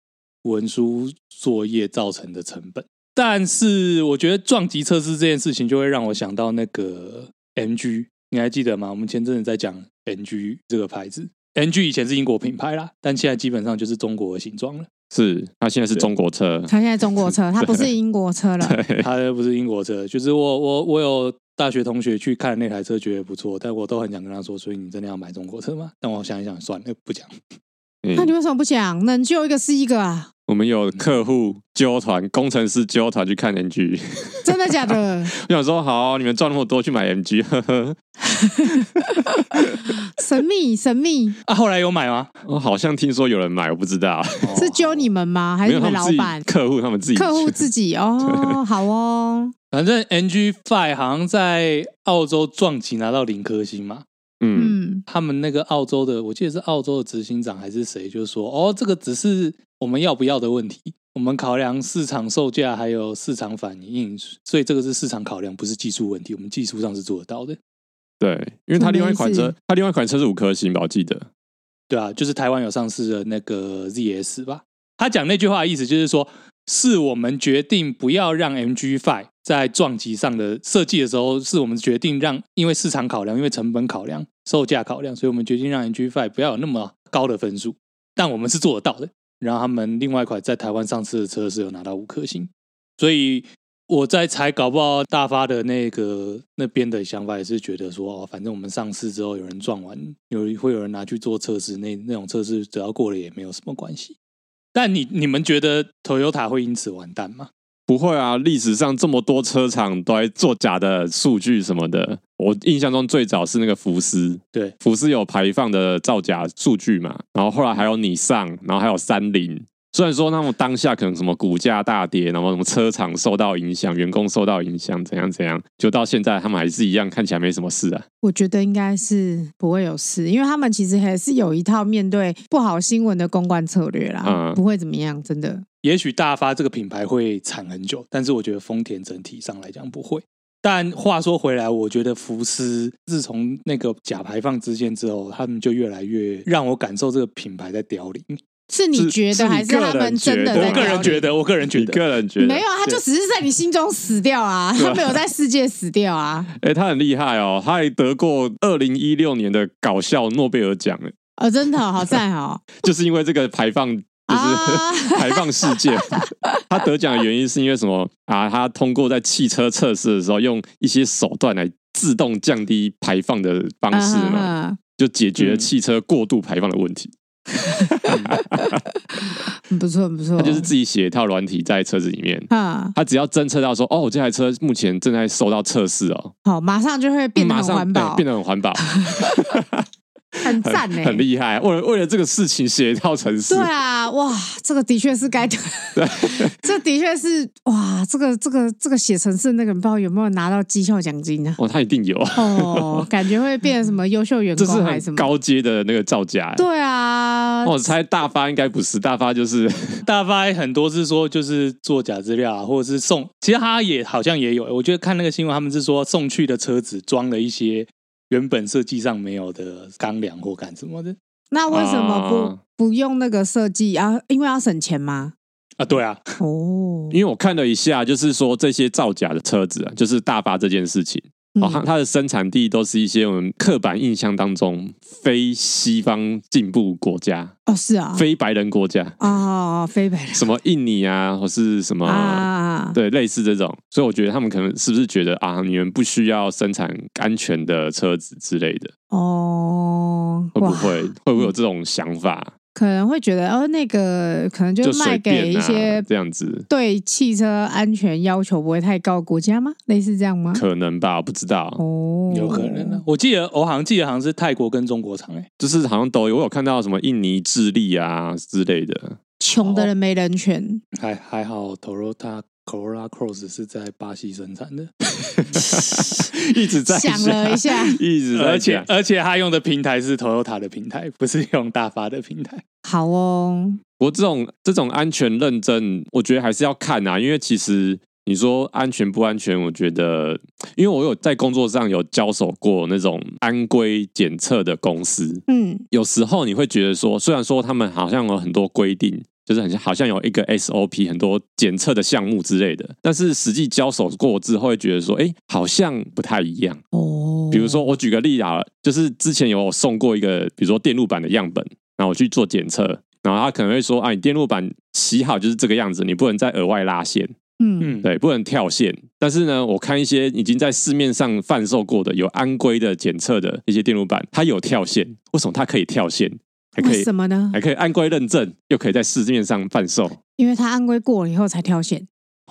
文书作业造成的成本，但是我觉得撞击测试这件事情，就会让我想到那个 NG，你还记得吗？我们前阵子在讲 NG 这个牌子，NG 以前是英国品牌啦，但现在基本上就是中国的形状了。
是他现在是
对
中国车，
它现在中国车，它不是英国车了。
对，
它又不是英国车，就是我我我有大学同学去看那台车，觉得不错，但我都很想跟他说，所以你真的要买中国车吗？但我想一想，算了，不讲。
那你
嗯
为什么不讲？能救一个是一个啊！
我们有客户纠团，工程师纠团去看 NG，
真的假的？
我想说好，你们赚那么多去买 MG，呵呵，
神秘神秘，
啊，后来有买吗？
我 好像听说有人买，我不知道，
哦
是揪你们吗？还
没有
是你
他
们
们
老
自己
板？
客户他们自己
客户自己哦，好哦，
反正 NG Five 好像在澳洲撞击拿到零颗星嘛。
嗯
嗯，
他们那个澳洲的，我记得是澳洲的执行长还是谁，就说哦，这个只是我们要不要的问题，我们考量市场售价还有市场反应，所以这个是市场考量，不是技术问题，我们技术上是做得到的。
对，因为他另外一款
什么
车
意思，
他另外一款车是五颗星吧，我记得，
对啊，就是台湾有上市的那个 ZS 吧。他讲那句话的意思就是说，是我们决定不要让 MG Five 在撞击上的设计的时候，是我们决定让，因为市场考量，因为成本考量、售价考量，所以我们决定让 MG Five 不要有那么高的分数。但我们是做得到的。然后他们另外一款在台湾上市的车是有拿到五颗星，所以我在才搞不好大发的那个那边的想法也是觉得说，哦，反正我们上市之后有人撞完，有会有人拿去做测试，那那种测试只要过了也没有什么关系。但你你们觉得 Toyota 会因此完蛋吗？
不会啊，历史上这么多车厂都在做假的数据什么的。我印象中最早是那个福斯，
对，
福斯有排放的造假数据嘛，然后后来还有你上，然后还有三菱。虽然说那种当下可能什么股价大跌，然后什么车厂受到影响，员工受到影响，怎样怎样，就到现在他们还是一样，看起来没什么事啊。
我觉得应该是不会有事，因为他们其实还是有一套面对不好新闻的公关策略啦
嗯，
不会怎么样，真的。
也许大发这个品牌会惨很久，但是我觉得丰田整体上来讲不会。但话说回来，我觉得福斯自从那个假排放之件之后，他们就越来越让我感受这个品牌在凋零。
是你
是
觉
是
得
你
还是
个
他们
人
真的
觉得
在？
我个人觉
得。
得，我个人觉
你
得，
个人觉得
没有啊，他就只是在你心中死掉啊，
对啊
他没有在世界死掉啊。
哎、他很厉害哦，他还得过二零一六年的搞笑诺贝尔奖，哎
哦，真的哦好赞哦！
就是因为这个排放， 就是、
啊
排放事件。 他得奖的原因是因为什么啊？他通过在汽车测试的时候，用一些手段来自动降低排放的方式嘛，
啊
就解决了
嗯
汽车过度排放的问题。
很嗯不错很不错，
他就是自己写一套软体在车子里面。
啊，
他只要侦测到说，哦，这台车目前正在受到测试哦，
好，马上就会变
嗯
得
马
很
上
环保
对，变得很环 保，
很
很
赞呢，
很厉害。为了为了这个事情写一套程式
对，啊，哇，这个的确 是该，这的确是哇，这个这个这个写程式的那个人不知道有没有拿到绩效奖 金呢、啊
哦，他一定有，
哦，感觉会变成什么优秀员
这
工
是
还是什
很
么？
高哦阶的那个造假。哎
对啊，
我猜大发应该不是，大发就是
大发很多是说就是做假资料啊，或者是送，其实他也好像也有，我觉得看那个新闻，他们是说送去的车子装了一些原本设计上没有的钢梁或干什么的
那为什么不、
啊
不用那个设计啊？因为要省钱吗？
啊，对啊，
哦，
因为我看了一下，就是说这些造假的车子啊，就是大发这件事情，
嗯
哦，它它的生产地都是一些我们刻板印象当中非西方进步国家、
哦是啊，
非白人国家，
哦飞北
什么印尼啊，或是什么。
啊，
对，类似这种，所以我觉得他们可能是不是觉得啊，你们不需要生产安全的车子之类的，
哦，
会不
哇
会会不会有这种想法？
可能会觉得哦，那个可能
就
就卖
随
给
便
一
啊
些
这样子，
对汽车安全要求不会太高的国家吗？类似这样吗？
可能吧，我不知道。
哦，
有可能啊。我记得我好像记得好像是泰国跟中国厂哎、
就是好像都有，我有看到什么印尼、智利啊之类的，
穷
哦
的人没 人权，
还还好 Toyota Corolla Cross 是在巴西生产的，
一直在
想了一
下，
下，
一直
而
在
且
讲。
而且他用的平台是 Toyota 的平台，不是用大发的平台。
好哦，
我这种这种安全认证，我觉得还是要看啊，因为其实你说安全不安全，我觉得，因为我有在工作上有交手过那种安规检测的公司，
嗯
哦有时候你会觉得说，虽然说他们好像有很多规定，就是很像好像有一个 SOP 很多检测的项目之类的，但是实际交手过之后，会觉得说，哎，好像不太一样。
哦，
比如说，我举个例啊，就是之前有送过一个，比如说电路板的样本，然后我去做检测，然后他可能会说，啊，你电路板洗好就是这个样子，你不能再额外拉线，
嗯，
嗯，
对，不能跳线。但是呢，我看一些已经在市面上贩售过的有安规的检测的一些电路板，它有跳线，为什么它可以跳线，还可
为
以
什么呢？
还可以安规认证，又可以在市面上贩售？
因为他安规过了以后才挑选，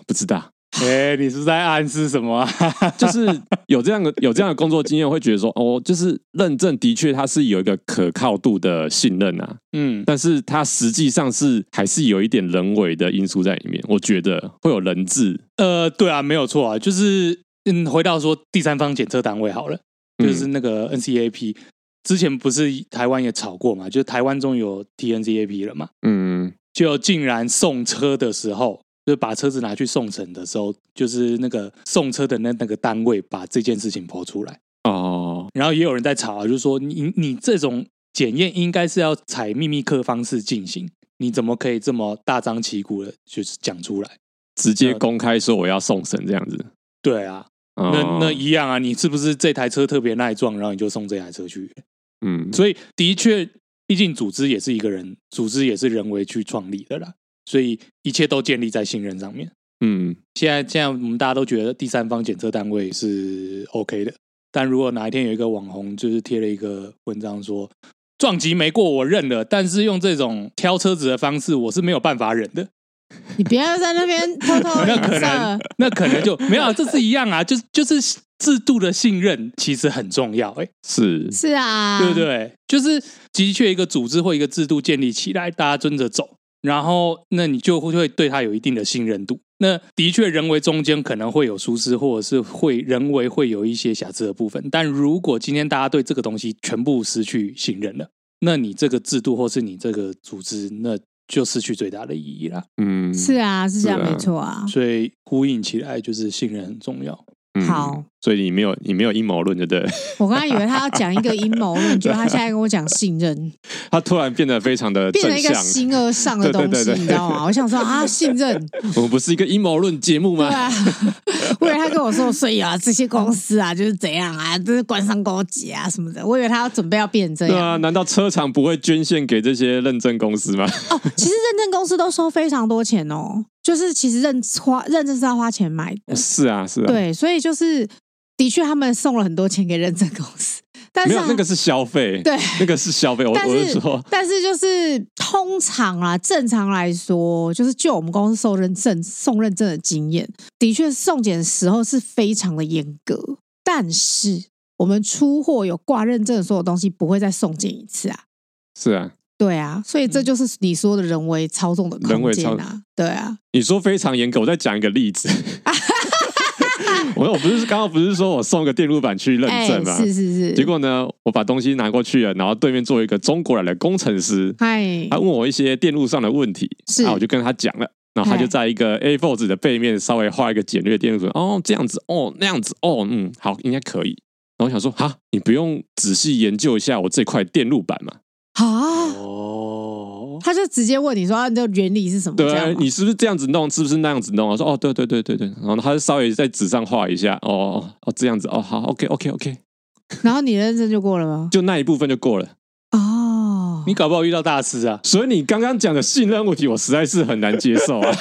不知道，
哎，你是不是在暗示什么啊？
就是有这样的有这样的工作经验，会觉得说，哦，就是认证的确它是有一个可靠度的信任啊，
嗯，
但是它实际上是还是有一点人为的因素在里面，我觉得会有人质，
呃，对啊，没有错啊，就是嗯，回到说第三方检测单位好了，
嗯
就是那个 NCAP，、之前不是台湾也吵过嘛，就是台湾终于有 TNCAP 了嘛，
嗯，
就竟然送车的时候，就是把车子拿去送审的时候，就是那个送车的那那个单位把这件事情抛出来，
哦，
然后也有人在吵啊，就是说你你这种检验应该是要采秘密课方式进行，你怎么可以这么大张旗鼓的就是讲出来？
直接
呃
公开说我要送审这样子，
对啊，
哦、
那那一样啊，你是不是这台车特别耐撞，然后你就送这台车去？
嗯，
所以的确，毕竟组织也是一个人，组织也是人为去创立的啦，所以一切都建立在信任上面。
嗯，
现在现在我们大家都觉得第三方检测单位是 OK 的，但如果哪一天有一个网红就是贴了一个文章说撞击没过我认了，但是用这种挑车子的方式我是没有办法忍的，
你不要在那边 偷偷
那可
影
能
射。
那可能就没有啊，这是一样啊，就是就是制度的信任其实很重要、欸，
是
是啊，
对不？对？就是的确一个组织或一个制度建立起来，大家遵着走，然后那你就会对它有一定的信任度。那的确，人为中间可能会有疏失，或者是会人为会有一些瑕疵的部分。但如果今天大家对这个东西全部失去信任了，那你这个制度或是你这个组织，那就失去最大的意义啦。
嗯
是啊，是这样
是啊
没错啊。
所以呼应起来，就是信任很重要。
嗯
好，
所以你没有你没有阴谋论，对不 对？
我刚才以为他要讲一个阴谋论，结果他现在跟我讲信任，
他突然变得非常的
变
正
成一个
向，
形而上的东
对对对
西，
对
你知道吗？我想说啊，信任，
我们不是一个阴谋论节目
对
吗？
啊。 我以为他跟我说，所以啊，这些公司啊，就是怎样啊，就是官商勾结啊什么的。我以为他要准备要变这
对啊，
样。
难道车厂不会捐献给这些认证公 司吗？
哦，其实认证公司都收非常多钱哦，就是其实认花认证是要花钱买的，
是啊，是啊，，
对，所以就是的确他们送了很多钱给认证公司，但
没
是
有
啊
那个是消费，
对，
那个是消费。我
但
我是
是
说，
但是就是通常啊，正常来说，就是就我们公司受认证送认证的经验，的确送检的时候是非常的严格，但是我们出货有挂认证的所有东西不会再送检一次啊。
是啊，
对啊，所以这就是你说的人为操纵的
嗯人
空
为
间
操
啊。对啊，
你说非常严格，我再讲一个例 子。我我不是刚刚不是说我送个电路板去认
哎、
证吗？
是是是，
啊结果呢，我把东西拿过去了，然后对面做一个中国来的工程师，
嗨，
他问我一些电路上的问题，
是
啊，我就跟他讲了。然后他就
哎
在一个 A4 纸的背面稍微画一个简略电路图，哦，这样子，哦，那样子，哦，嗯，好，应该可以。然后我想说，哈，你不用仔细研究一下我这块电路板嘛？
啊，
哦，
他就直接问你说，啊你的原理是什么？这样
对，啊
吗
你是不是这样子弄？是不是那样子弄？我说，哦，对对对对对。然后他就稍微在纸上画一下，哦哦哦，这样子，哦，好，OK OK OK，
然后你的认证就过了吗？
就那一部分就过了。
哦，
你搞不好遇到大师啊！
所以你刚刚讲的信任问题，我实在是很难接受啊。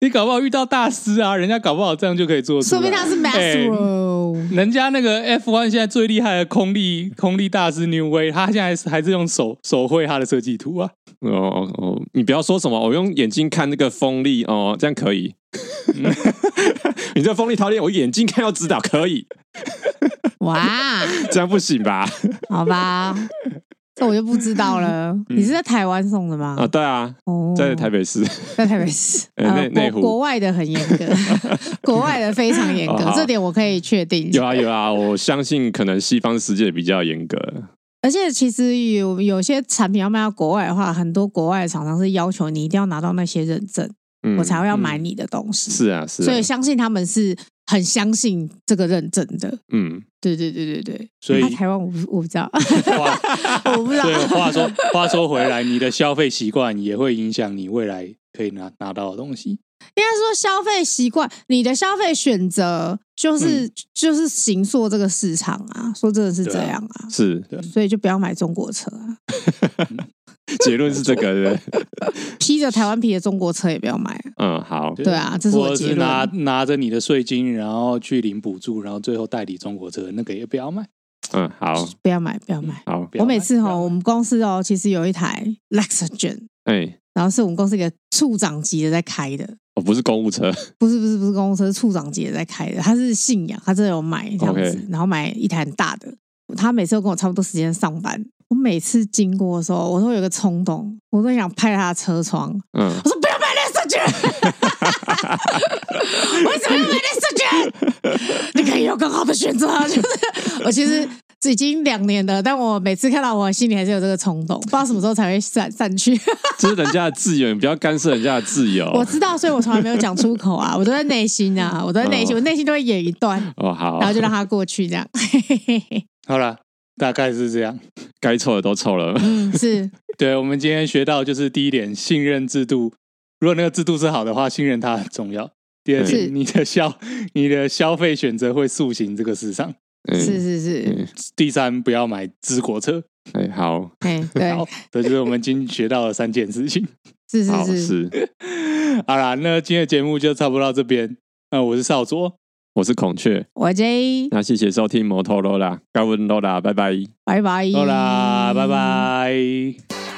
你搞不好遇到大师啊，人家搞不好这样就可以做出
说
来。哎
明他是
哎
Maxwell。
人家那个 F1 现在最厉害的空力空力大师 New Way，他现在还是还是用手手绘他的设计图啊。
哦哦哦，你不要说什么，我用眼睛看那个风力哦，这样可以。嗯 你这风力条例，我眼睛看要指导可以，
哇，
这样不行吧？
好吧，这我就不知道了。你是在台湾送的吗
嗯啊，？对啊，
哦，
在台，北市，
在台北市，
呃内内
国
湖
国外的很严 格，国外的非常严
哦
格
好，
这点我可以确定。
有啊有啊，我相信可能西方世界比较严格。
而且其实有有些产品要卖到国外的话，很多国外的厂商是要求你一定要拿到那些认证，
嗯
我才会要买你的东西。
是啊是啊
所以相信他们是很相信这个认证的。
嗯，
对对对对对，
所以
啊、台湾我不我不 知 道，
话
我不知道
所以话说话说回来，你的消费习惯也会影响你未来可以拿拿到的东西。
应该说消费习惯，你的消费选择就是、
嗯
就是行塑这个市场啊，说真的是这样啊，
是
所以就不要买中国车啊，
结论是这个，对不对？
披着台湾皮的中国车也不要买啊、
嗯，好，
对啊这是我
或者
结
是
论
拿拿着你的税金，然后去领补助，然后最后代理中国车，那个也不要卖。
嗯，好，
不要买，不要买。
好，
嗯不要
我
买
每次
不要
哦，
买
我们公司哦，其实有一台 Lexus，
哎，
然后是我们公司一个处长级的在开的，
我不是公务车，
不是不是不是公司，是处长级的在开的，他是信仰，他真的有买这样子
OK
然后买一台很大的。他每次都跟我差不多时间上班，我每次经过的时候，我都有一个冲动，我都想拍他的车窗，
嗯，
我说不要买 Lexus，为什么要买 Lexus？你可以有更好的选择啊。就是我其实已经两年了，但我每次看到我心里还是有这个冲动，不知道什么时候才会散散去。
这是人家的自由，你不要干涉人家的自由。
我知道，所以我从来没有讲出口啊，我都在内心啊，我都在内心，
哦
我内心都会演一段，
哦，好
然，后就让它过去这样。
好了，大概是这样。
该臭的都臭了，
嗯，是
对，我们今天学到就是第一点，信任制度，如果那个制度是好的话，信任它很重要。第二
是
点，你的消你的消费选择会塑形这个市场。
哎
是是是，
第三，不要买支国车。
哎，好，
哎，对，
好，这就是我们今天学到的三件事情。
是
好
是是，
是，
好啦，那今天的节目就差不多到这边。那我是少佐，
我是孔雀，
我 J，
那谢谢收听摩托罗拉，高温罗拉，拜拜。
拜拜，
好啦，拜。拜。